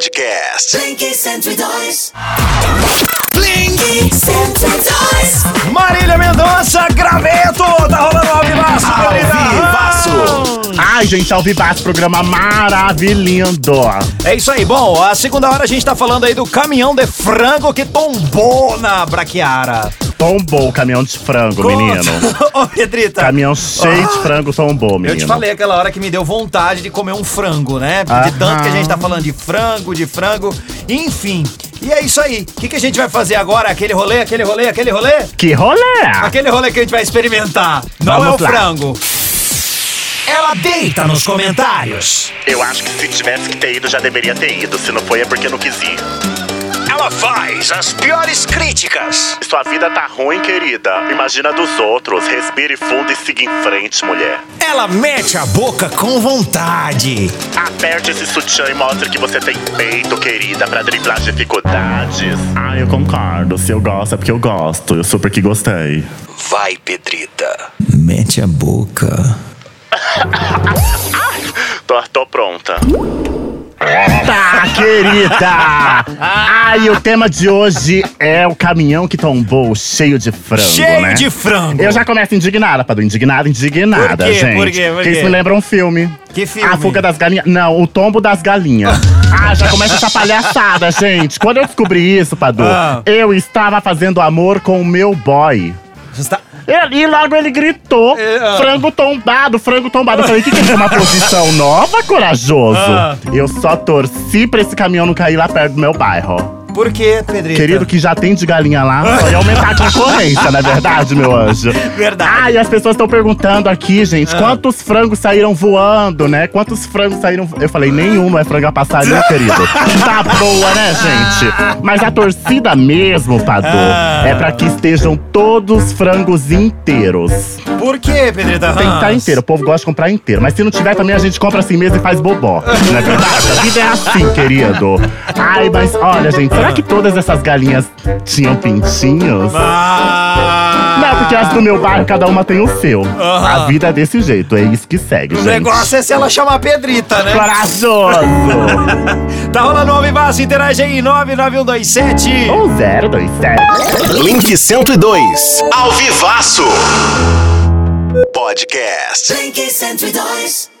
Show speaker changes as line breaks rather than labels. Podcast.
Blink 102. Blink 102.
Marília Mendonça, graveto! Tá rolando ao vivaço,
Alvivaço! Ai, gente, Alvivaço, programa maravilhoso.
É isso aí, bom, a segunda hora a gente tá falando aí do caminhão de frango que tombou na braquiara.
Tombou o caminhão de frango, menino.
Ô, Pedrita.
Caminhão cheio de
Ah.
frango tombou, menino.
Eu te falei aquela hora que me deu vontade de comer um frango, né? De
Aham.
tanto que a gente tá falando de frango, de frango, enfim. E é isso aí. O que, que a gente vai fazer agora? Aquele rolê, aquele rolê, aquele rolê?
Que rolê!
Aquele rolê que a gente vai experimentar. Não
Ah. Vamos
é o
lá.
frango. Ela deita nos comentários.
Eu acho que se tivesse que ter ido, já deveria ter ido. Se não foi, é porque não quis ir.
Ela faz as piores críticas.
Sua vida tá ruim, querida. Imagina dos outros. Respire fundo e siga em frente, mulher.
Ela mete a boca com vontade.
Aperte esse sutiã e mostre que você tem peito, querida, pra driblar as dificuldades. Ah, eu concordo. Se eu gosto, é porque eu gosto. Eu super que gostei.
Vai, Pedrita.
Mete a boca.
Tô, tô pronta. Tá, querida! Ai, o tema de hoje é o caminhão que tombou cheio de frango,
Cheio
né?
de frango.
Eu já começo indignada, Padu. Indignada, indignada,
Por quê?
gente.
Por quê? Por
Porque isso
quê?
me lembra um filme.
Que filme?
A Fuga das Galinhas. Não, O Tombo das Galinhas. ah, já começa essa palhaçada, gente. Quando eu descobri isso, Padu,
Ah.
eu estava fazendo amor com o meu boy.
Você tá- está-
E, e logo ele gritou:
É, ah.
frango tombado, frango tombado. Eu falei: que, que isso é uma posição nova, corajoso?
Ah.
Eu só torci pra esse caminhão não cair lá perto do meu bairro.
Por quê, Pedrito?
Querido, que já tem de galinha lá, só ia aumentar a concorrência, não é verdade, meu anjo?
Verdade. Ah.
Ah, e as pessoas estão perguntando aqui, gente, quantos frangos saíram voando, né? Quantos frangos saíram. vo- Eu falei, nenhum é frango a passarinho, querido. Tá boa, né, gente? Mas a torcida mesmo, Padu,
Ah.
é pra que estejam todos os frangos inteiros.
Por quê, Pedrita? Ah.
Tem que estar inteiro. O povo gosta de comprar inteiro. Mas se não tiver também, a gente compra assim mesmo e faz bobó. Não é verdade? A vida é assim, querido. Ai, mas olha, gente, será que todas essas galinhas tinham pintinhos?
Ah,
Não, porque as do meu bairro, cada uma tem o seu.
Aham.
A vida é desse jeito, é isso que segue,
Ah. O
gente.
negócio é se ela chamar a Pedrita, né?
Corajoso!
Tá rolando um vivaço, interage aí, 99127.
1027.
Blink 102. Ao vivaço. Podcast.
Blink 102.